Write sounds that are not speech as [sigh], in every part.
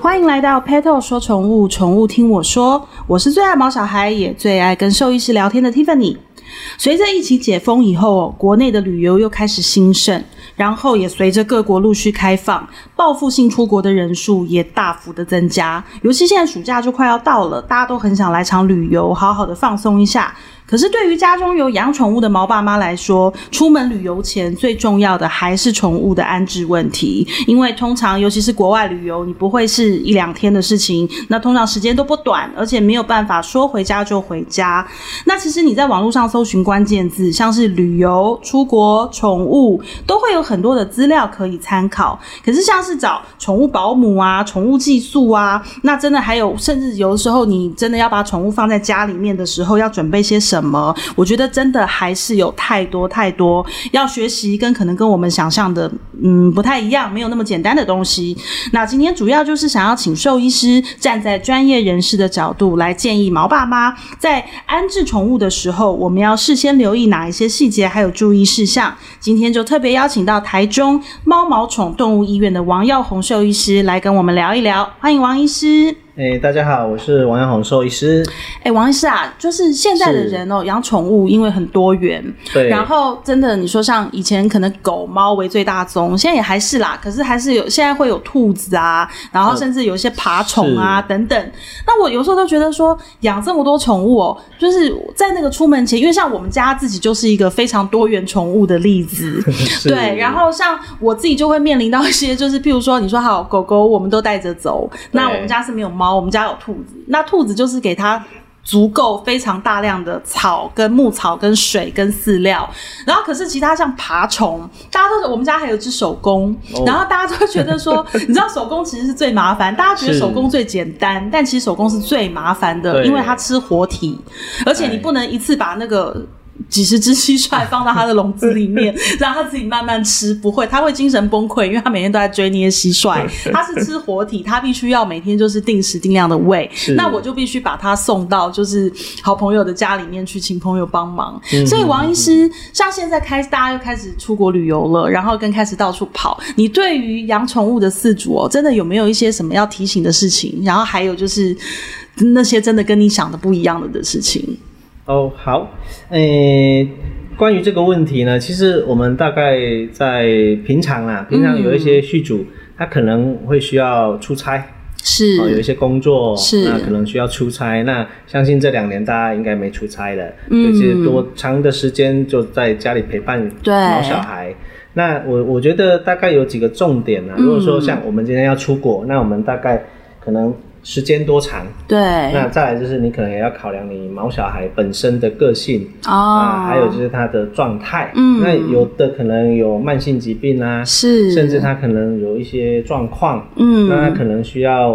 欢迎来到 Petal 说宠物，宠物听我说，我是最爱毛小孩，也最爱跟兽医师聊天的 Tiffany。随着疫情解封以后哦，国内的旅游又开始兴盛，然后也随着各国陆续开放，报复性出国的人数也大幅的增加。尤其现在暑假就快要到了，大家都很想来场旅游，好好的放松一下。可是对于家中有养宠物的毛爸妈来说，出门旅游前最重要的还是宠物的安置问题，因为通常尤其是国外旅游，你不会是一两天的事情，那通常时间都不短，而且没有办法说回家就回家。那其实你在网络上搜寻关键字，像是旅游、出国、宠物，都会有很多的资料可以参考。可是像是找宠物保姆啊、宠物寄宿啊，那真的还有，甚至有的时候你真的要把宠物放在家里面的时候，要准备些什么？我觉得真的还是有太多太多要学习，跟可能跟我们想象的嗯不太一样，没有那么简单的东西。那今天主要就是想要请兽医师站在专业人士的角度来建议毛爸妈，在安置宠物的时候，我们要事先留意哪一些细节，还有注意事项。今天就特别邀请到台中猫毛宠动物医院的王耀红兽医师来跟我们聊一聊。欢迎王医师。哎、大家好，我是王耀红兽医师。哎，王医师啊，就是现在的是人哦，养宠物因为很多元，对，然后真的，你说像以前可能狗猫为最大宗，现在也还是啦，可是还是有现在会有兔子啊，然后甚至有一些爬虫啊、呃是等等。那我有时候都觉得说，养这么多宠物哦，就是在那个出门前，因为像我们家自己就是一个非常多元宠物的例子，是对，然后像我自己就会面临到一些，就是譬如说，你说好狗狗，我们都带着走，那我们家是没有猫，我们家有兔子，那兔子就是给它。足够非常大量的草跟牧草跟水跟饲料，然后可是其他像爬虫，大家都我们家还有一只手工，哦然后大家都会觉得说，你知道手工其实是最麻烦，大家觉得是手工最简单，但其实手工是最麻烦的，对因为它吃活体，而且你哎不能一次把那个几十只蟋蟀放到它的笼子里面，让它自己慢慢吃，不会，它会精神崩溃，因为它每天都在追捏蟋蟀。它是吃活体，它必须要每天就是定时定量的喂。是那我就必须把它送到就是好朋友的家里面去，请朋友帮忙。所以王医师，像现在开大家又开始出国旅游了，然后跟开始到处跑，你对于养宠物的饲主哦，真的有没有一些什么要提醒的事情？然后还有就是那些真的跟你想的不一样的的事情。哦，好，诶、关于这个问题呢，其实我们大概在平常啊，平常有一嗯些续主，他可能会需要出差，是哦，有一些工作，是那可能需要出差。那相信这两年大家应该没出差了，嗯所以其实多长的时间就在家里陪伴对毛小孩。那我我觉得大概有几个重点嗯呢、啊。如果说像我们今天要出国，那我们大概可能时间多长？对那再来就是你可能也要考量你毛小孩本身的个性、哦啊，还有就是他的状态。嗯那有的可能有慢性疾病啊，是甚至他可能有一些状况，嗯那他可能需要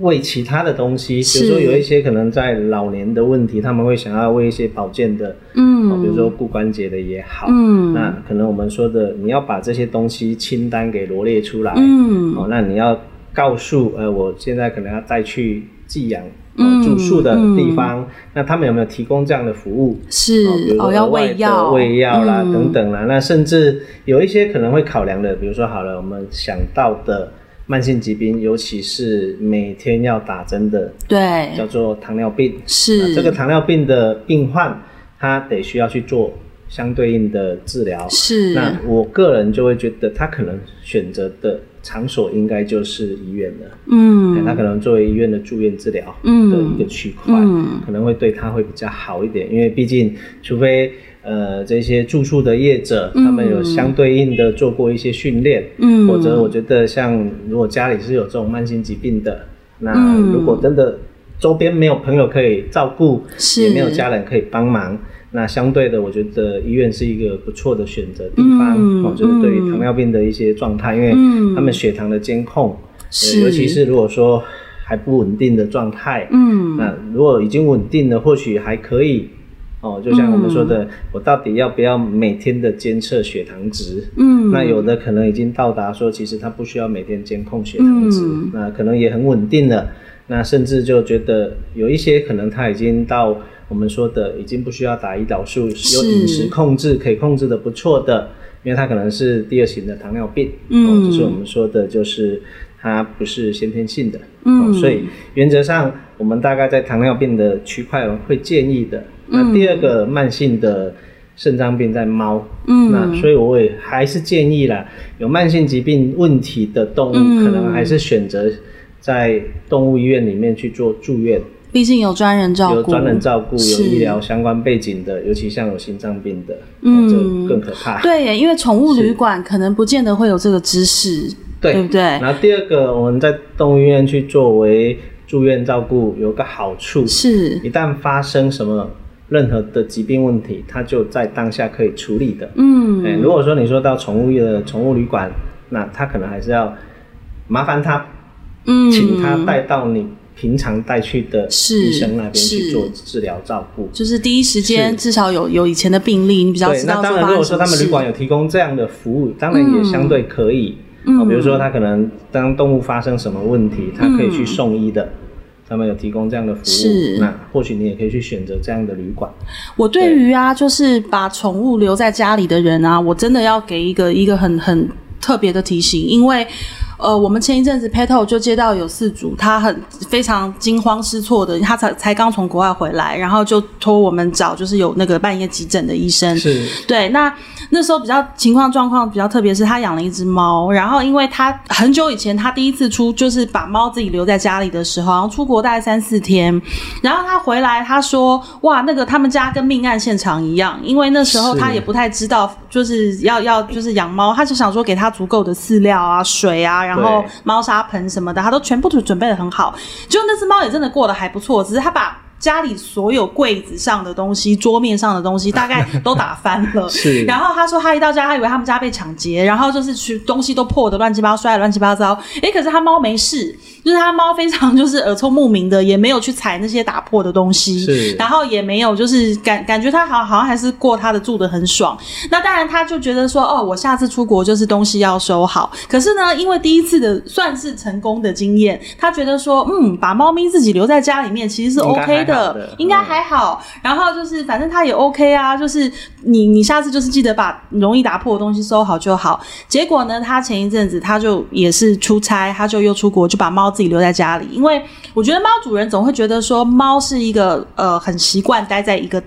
喂其他的东西，比是如说有一些可能在老年的问题，他们会想要喂一些保健的，哦比如说骨关节的也好，嗯那可能我们说的你要把这些东西清单给罗列出来，嗯哦，那你要告诉呃，我现在可能要带去寄养。嗯哦、住宿的地方，那他们有没有提供这样的服务？哦比是如说哦，要额外喂的药，喂药啦、嗯等等啦。那甚至有一些可能会考量的，比如说好了，我们想到的慢性疾病，尤其是每天要打针的，叫对，做糖尿病。是那这个糖尿病的病患，他得需要去做相对应的治疗。是那我个人就会觉得，他可能选择的场所应该就是医院了。嗯他可能作为医院的住院治疗的嗯一个区块，嗯可能会对他会比较好一点，因为毕竟除非呃这些住宿的业者他们有相对应的做过一些训练，嗯或者我觉得像如果家里是有这种慢性疾病的，那嗯如果真的周边没有朋友可以照顾，是也没有家人可以帮忙。那相对的，我觉得医院是一个不错的选择地方。嗯我觉得对于嗯糖尿病的一些状态，因为嗯他们血糖的监控，呃是尤其是如果说还不稳定的状态，嗯那如果已经稳定了，或许还可以。哦，就像我们说的，我到底要不要每天的监测血糖值？嗯那有的可能已经到达说，其实他不需要每天监控血糖值，嗯那可能也很稳定了。那甚至就觉得有一些可能他已经到我们说的已经不需要打胰岛素，有饮食控制可以控制的不错的，因为他可能是第二型的糖尿病，嗯哦，就是我们说的就是它不是先天性的，嗯哦所以原则上我们大概在糖尿病的区块会建议的。嗯那第二个慢性的肾脏病在猫，嗯那所以我也还是建议啦，有慢性疾病问题的动物，嗯可能还是选择在动物医院里面去做住院，毕竟有专人照有顾，专人照顾，有是医疗相关背景的，尤其像有心脏病的，嗯哦这更可怕。对耶，因为宠物是旅馆可能不见得会有这个知识，对不对？然后第二个，我们在动物医院去作为住院照顾，有个好处，是，一旦发生什么任何的疾病问题，它就在当下可以处理的。嗯，哎，如果说你说到宠物业的宠物旅馆，那他可能还是要麻烦他，嗯，请他带到你平常带去的是医生那边是去做治疗照顾。就是第一时间是至少有有以前的病例，你比较对，知那道当说然，发如果生什说么他们旅事。馆有提供这样的服务，当然也相对可以。嗯哦比如说他可能当动物发生什么问题，他可以去送医的。他们有提供这样的服嗯是务，那或许你也可以去选择这样的旅馆。我对于啊，就是把宠物留在家里的人啊，我真的要给一个一个很很特别的提醒，因为。呃，我们前一阵子 Petal 就接到有四组，他很非常惊慌失措的，他才才刚从国外回来，然后就托我们找就是有那个半夜急诊的医生，是，对，那那时候比较情况状况比较特别，是他养了一只猫，然后因为他很久以前他第一次出就是把猫自己留在家里的时候，然后出国大概三四天，然后他回来他说哇，那个他们家跟命案现场一样，因为那时候是他也不太知道就是要要就是养猫，他就想说给它足够的饲料啊、水啊，然后对猫砂盆什么的，他都全部都准备的很好，就那只猫也真的过得还不错，只是它把。家里所有柜子上的东西、桌面上的东西，大概都打翻了。 [laughs] 是然后他说他一到家，他以为他们家被抢劫，然后就是去东西都破的乱七八摔的乱七八糟。诶，可是他猫没事，就是他猫非常就是耳聪目明的，也没有去踩那些打破的东西。是然后也没有，就是感感觉他好好像还是过他的住的很爽。那当然，他就觉得说，哦，我下次出国就是东西要收好。可是呢，因为第一次的算是成功的经验，他觉得说，嗯，把猫咪自己留在家里面其实是应该 OK 还好的的，应该嗯还好。然后就是反正他也 OK 啊，就是你你下次就是记得把容易打破的东西收好就好。结果呢，他前一阵子他就也是出差，他就又出国，就把猫自己留在家里。因为我觉得猫主人总会觉得说，猫是一个呃很习惯待在一个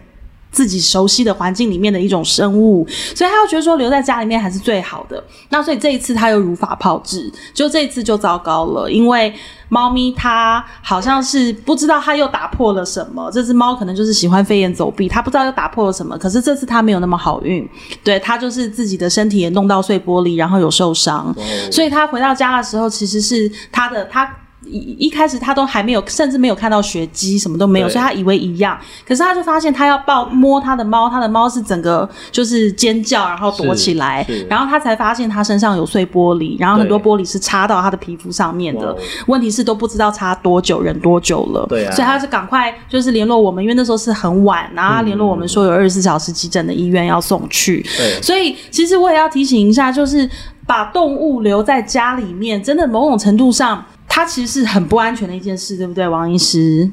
自己熟悉的环境里面的一种生物，所以他又觉得说留在家里面还是最好的。那所以这一次他又如法炮制，就这一次就糟糕了，因为猫咪它好像是不知道它又打破了什么，这只猫可能就是喜欢飞檐走壁，它不知道又打破了什么。可是这次它没有那么好运，对它就是自己的身体也弄到碎玻璃，然后有受伤。所以他回到家的时候，其实是他的他。一一开始他都还没有，甚至没有看到血迹，什么都没有，对所以他以为一样。可是他就发现，他要抱摸他的猫，他的猫是整个就是尖叫，然后躲是起来是，然后他才发现他身上有碎玻璃，然后很多对玻璃是插到他的皮肤上面哇的哦。问题是都不知道插多久，忍多久了。对啊所以他就赶快就是联络我们，因为那时候是很晚，然后他联络我们说有二十四小时急诊的医院要送去。对，所以其实我也要提醒一下，就是把动物留在家里面，真的某种程度上，它其实是很不安全的一件事，对不对，王医师？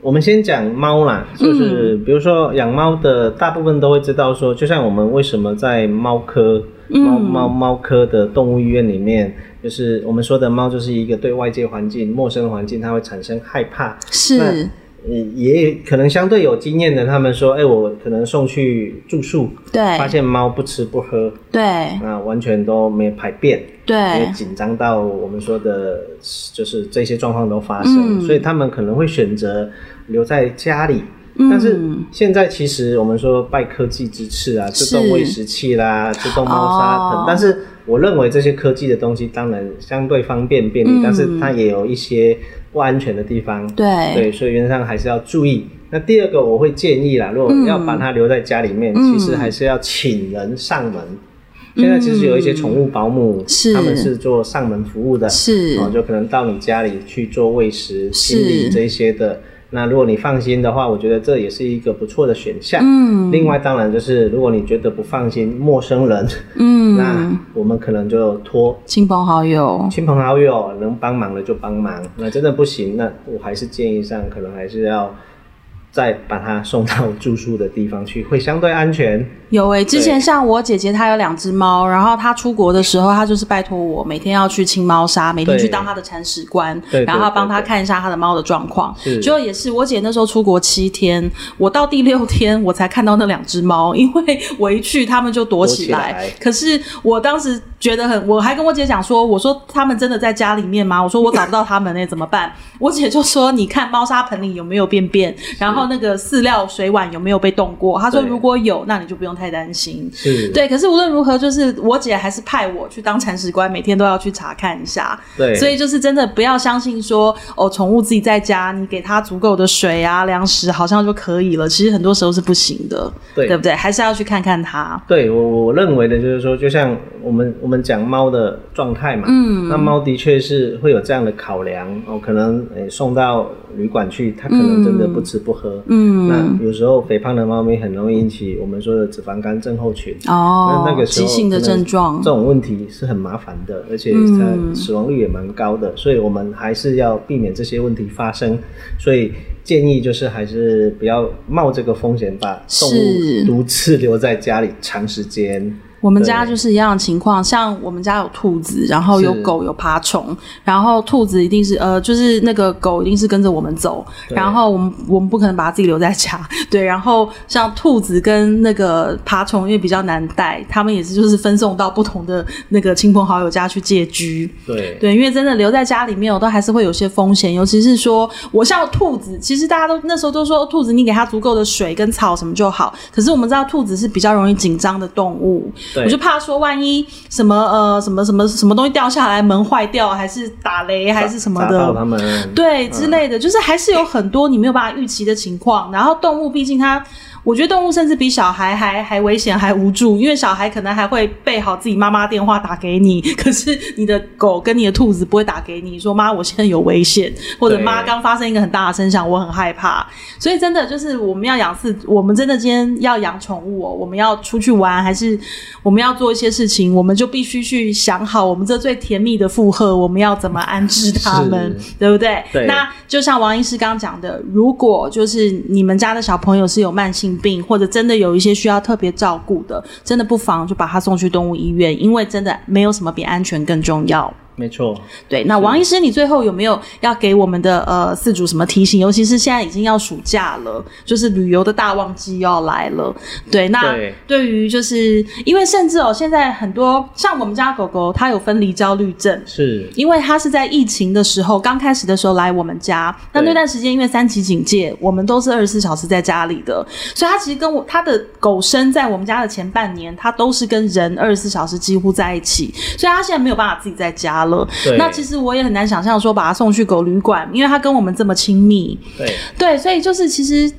我们先讲猫啦，就是比如说养猫的，大部分都会知道说，就像我们为什么在猫科、猫猫猫科的动物医院里面，就是我们说的猫就是一个对外界环境、陌生环境，它会产生害怕。是，呃也可能相对有经验的，他们说，哎、我可能送去住宿，发对，现猫不吃不喝，对，那完全都没排便，也对，紧张到我们说的，就是这些状况都发生，嗯所以他们可能会选择留在家里。嗯但是现在其实我们说拜科技之赐啊，是自动喂食器啦，自动猫砂盆，哦但是我认为这些科技的东西当然相对方便便利，嗯但是它也有一些不安全的地方。对，对，所以原则上还是要注意。那第二个我会建议啦，如果要把它留在家里面，嗯其实还是要请人上门。现在其实有一些宠物保姆，嗯是他们是做上门服务的，是哦，就可能到你家里去做喂食、是清理这些的。那如果你放心的话，我觉得这也是一个不错的选项。嗯另外，当然就是如果你觉得不放心陌生人，那嗯，我们可能就托亲朋好友，亲朋好友能帮忙的就帮忙，那真的不行，那我还是建议上可能还是要再把它送到住宿的地方去，会相对安全。有诶、之前像我姐姐，她有两只猫，然后她出国的时候，她就是拜托我每天要去清猫砂，每天对去当她的铲屎官，对对然后要对帮她对看一下她的猫的状况。是结果也是，我姐那时候出国七天，我到第六天我才看到那两只猫，因为我一去它们就躲起来。躲起来可是我当时觉得很，我还跟我姐讲说，我说它们真的在家里面吗？我说我找不到它们呢、怎么办？ [laughs] 我姐就说，你看猫砂盆里有没有便便，然后那个饲料水碗有没有被动过？她说对如果有，那你就不用太担心。 [laughs] 是，对，可是无论如何，就是我姐还是派我去当铲屎官，每天都要去查看一下。对，所以就是真的不要相信说哦，宠物自己在家，你给它足够的水啊、粮食，好像就可以了。其实很多时候是不行的，对不对？还是要去看看它。对我我认为的就是说，就像我们我们讲猫的状态嘛，嗯，那猫的确是会有这样的考量哦，可能诶送到旅馆去，它可能真的不吃不喝，嗯那有时候肥胖的猫咪很容易引起我们说的脂肪肝症候群。哦，那那个时急候性的真症状这，种问题是很麻烦的，而且嗯它死亡率也蛮高的，所以我们还是要避免这些问题发生。所以建议就是还是不要冒这个风险，把动是物独自留在家里长时间。我们家就是一样的情况，像我们家有兔子，然后有是狗，有爬虫，然后兔子一定是呃，就是那个狗一定是跟着我们走，对然后我们我们不可能把它自己留在家， [laughs] 对，然后像兔子跟那个爬虫因为比较难带，他们也是就是分送到不同的那个亲朋好友家去借居，对对，因为真的留在家里面，我都还是会有些风险，尤其是说我像兔子，其实大家都那时候都说哦兔子你给它足够的水跟草什么就好，可是我们知道兔子是比较容易紧张的动物，对我就怕说万一什么呃什么什么什么东西掉下来，门坏掉，还是打雷还是什么砸到的。他们。对，之类的，就是还是有很多你没有办法预期的情况。然后动物，毕竟它，我觉得动物甚至比小孩还还危险，还无助，因为小孩可能还会备好自己妈妈电话打给你， [laughs] 可是你的狗跟你的兔子不会打给你说妈，我现在有危险，或者对妈刚发生一个很大的声响，我很害怕。所以真的就是我们要养饲，我们真的今天要养宠物哦，我们要出去玩，还是我们要做一些事情，我们就必须去想好我们这最甜蜜的负荷，我们要怎么安置它们，对不对？对那就像王医师刚刚讲的，如果就是你们家的小朋友是有慢性病，或者真的有一些需要特别照顾的，真的不妨就把他送去动物医院，因为真的没有什么比安全更重要。没错，对，那王医师，你最后有没有要给我们的呃四组什么提醒？尤其是现在已经要暑假了，就是旅游的大旺季要来了。对，那对对于就是因为甚至哦，现在很多像我们家狗狗，它有分离焦虑症。是因为它是在疫情的时候，刚开始的时候来我们家，那对那段时间因为三级警戒，我们都是二十四小时在家里的，所以它其实跟我它的狗生在我们家的前半年，它都是跟人二十四小时几乎在一起，所以它现在没有办法自己在家了。对那其实我也很难想象说把它送去狗旅馆，因为它跟我们这么亲密，对对，所以就是其实。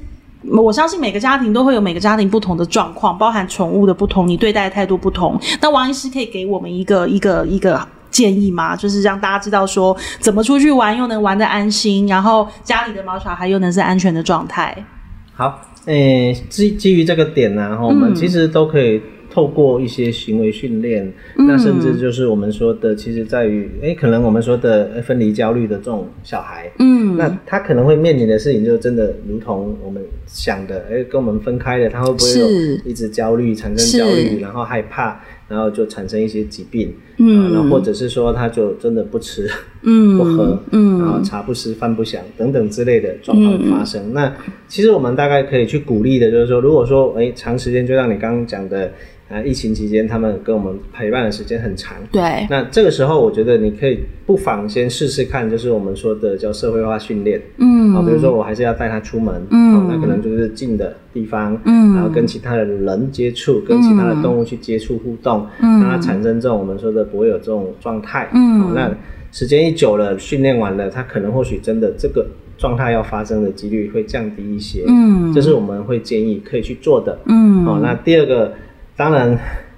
我相信每个家庭都会有每个家庭不同的状况，包含宠物的不同，你对待的态度不同。那王医师可以给我们一个一个一个建议吗？就是让大家知道说怎么出去玩又能玩的安心，然后家里的毛小孩又能是安全的状态。好。诶、基基于这个点呢、啊，我嗯们其实都可以透过一些行为训练，嗯那甚至就是我们说的，其实在于诶、可能我们说的呃分离焦虑的这种小孩，嗯，那他可能会面临的事情，就真的如同我们想的，哎、跟我们分开了，他会不会是有一直焦虑，产生焦是虑，然后害怕，然后就产生一些疾病，嗯啊然后或者是说他就真的不吃，嗯 [laughs] 不喝，嗯然后茶不思饭不想等等之类的状况发嗯生。那其实我们大概可以去鼓励的，就是说，如果说哎、长时间，就像你刚刚讲的，啊，疫情期间他们跟我们陪伴的时间很长，对， [laughs] 那这个时候，我觉得你可以不妨先试试看，就是我们说的叫社会化训练。嗯啊，比如说我还是要带他出门，嗯哦，那可能就是近的地方，嗯然后跟其他的人接触，跟其他的动物去接触互动，嗯让它产生这种我们说的不会有这种状态，嗯哦那时间一久了，训练完了，它可能或许真的这个状态要发生的几率会降低一些，嗯这是我们会建议可以去做的，嗯哦，那第二个，当然，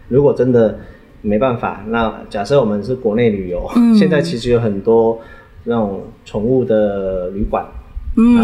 如果真的没办法，那假设我们是国内旅游，嗯 [laughs] 现在其实有很多那种宠物的旅馆，啊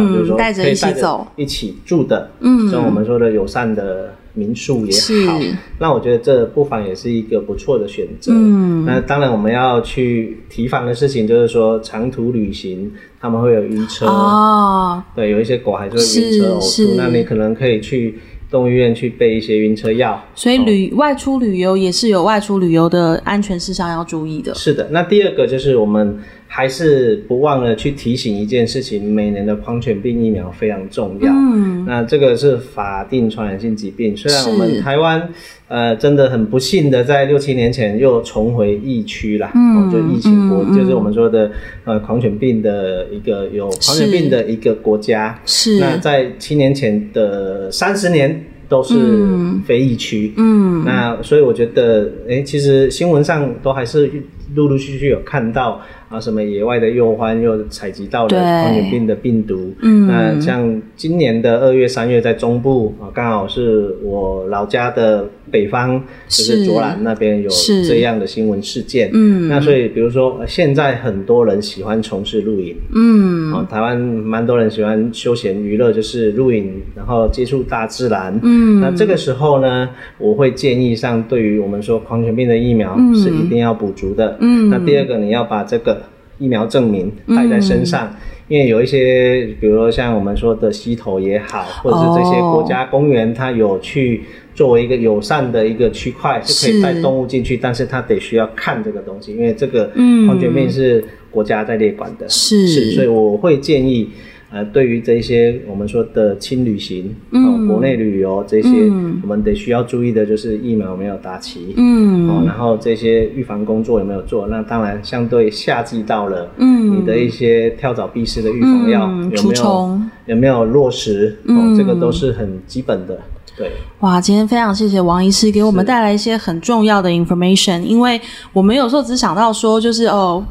比如嗯，说带着可以一起走，一起住的，嗯像我们说的友善的民宿也好，是，那我觉得这不妨也是一个不错的选择。嗯那当然我们要去提防的事情就是说，长途旅行他们会有晕车，哦，对，有一些狗还是会是晕车呕是吐，那你可能可以去动物医院去备一些晕车药。所以旅、外出旅游也是有外出旅游的安全事项要注意的。是的，那第二个就是我们还是不忘了去提醒一件事情：每年的狂犬病疫苗非常重要。嗯，那这个是法定传染性疾病，虽然是我们台湾呃真的很不幸的在六七年前又重回疫区啦，嗯哦、就疫情国、嗯嗯就是我们说的呃狂犬病的一个有狂犬病的一个国家。那是，在七年前的三十年都是嗯非疫区，嗯，那所以我觉得，哎，其实新闻上都还是陆陆续续有看到啊，什么野外的鼬獾又采集到了对狂犬病的病毒。嗯那像今年的二月、三月在中部啊，刚好是我老家的北方，就是是卓兰那边有是这样的新闻事件。嗯那所以比如说，呃现在很多人喜欢从事露营，嗯哦，台湾蛮多人喜欢休闲娱乐，就是露营，然后接触大自然。嗯那这个时候呢，我会建议上，对于我们说狂犬病的疫苗嗯是一定要补足的。嗯那第二个，你要把这个疫苗证明带在身嗯上。因为有一些，比如说像我们说的溪头也好，或者是这些哦国家公园，它有去作为一个友善的一个区块，是可以带是动物进去，但是它得需要看这个东西，因为这个嗯狂犬病是国家在列管的。是是，所以我会建议，呃，对于这一些我们说的轻旅行、嗯哦、国内旅游这些，嗯我们得需要注意的就是疫苗有没有打齐，哦，嗯然后这些预防工作有没有做？那当然，相对夏季到了，嗯你的一些跳蚤、蜱虱的预防药、嗯有除没有虫有没有落实？嗯哦，这个都是很基本的，对。哇，今天非常谢谢王医师给我们带来一些很重要的 information，因为我们有时候只想到说，就是哦。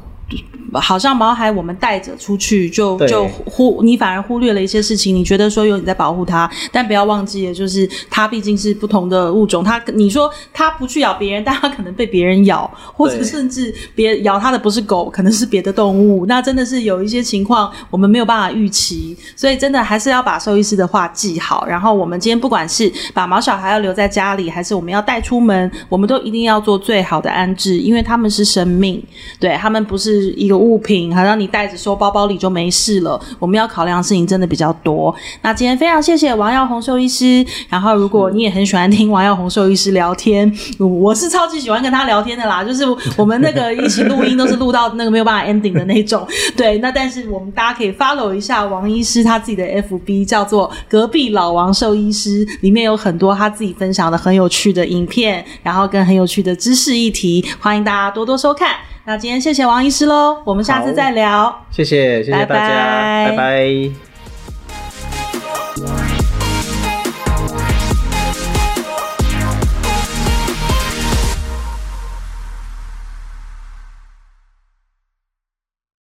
好像毛孩我们带着出去就对就忽你反而忽略了一些事情，你觉得说有你在保护它，但不要忘记了，就是它毕竟是不同的物种，它你说它不去咬别人，但它可能被别人咬，或者对甚至别咬它的不是狗，可能是别的动物，那真的是有一些情况我们没有办法预期，所以真的还是要把兽医师的话记好。然后我们今天不管是把毛小孩要留在家里，还是我们要带出门，我们都一定要做最好的安置，因为他们是生命，对他们不是一个物品，好像你带着收包包里就没事了。我们要考量的事情真的比较多。那今天非常谢谢王耀红兽医师。然后如果你也很喜欢听王耀红兽医师聊天，我我是超级喜欢跟他聊天的啦，就是我们那个一起录音都是录到那个没有办法 ending 的那种。 [laughs] 对，那但是我们大家可以 follow 一下王医师他自己的 FB 叫做隔壁老王兽医师，里面有很多他自己分享的很有趣的影片，然后跟很有趣的知识议题，欢迎大家多多收看。那今天谢谢王医师喽，我们下次好再聊。谢谢，谢谢大家，拜拜拜拜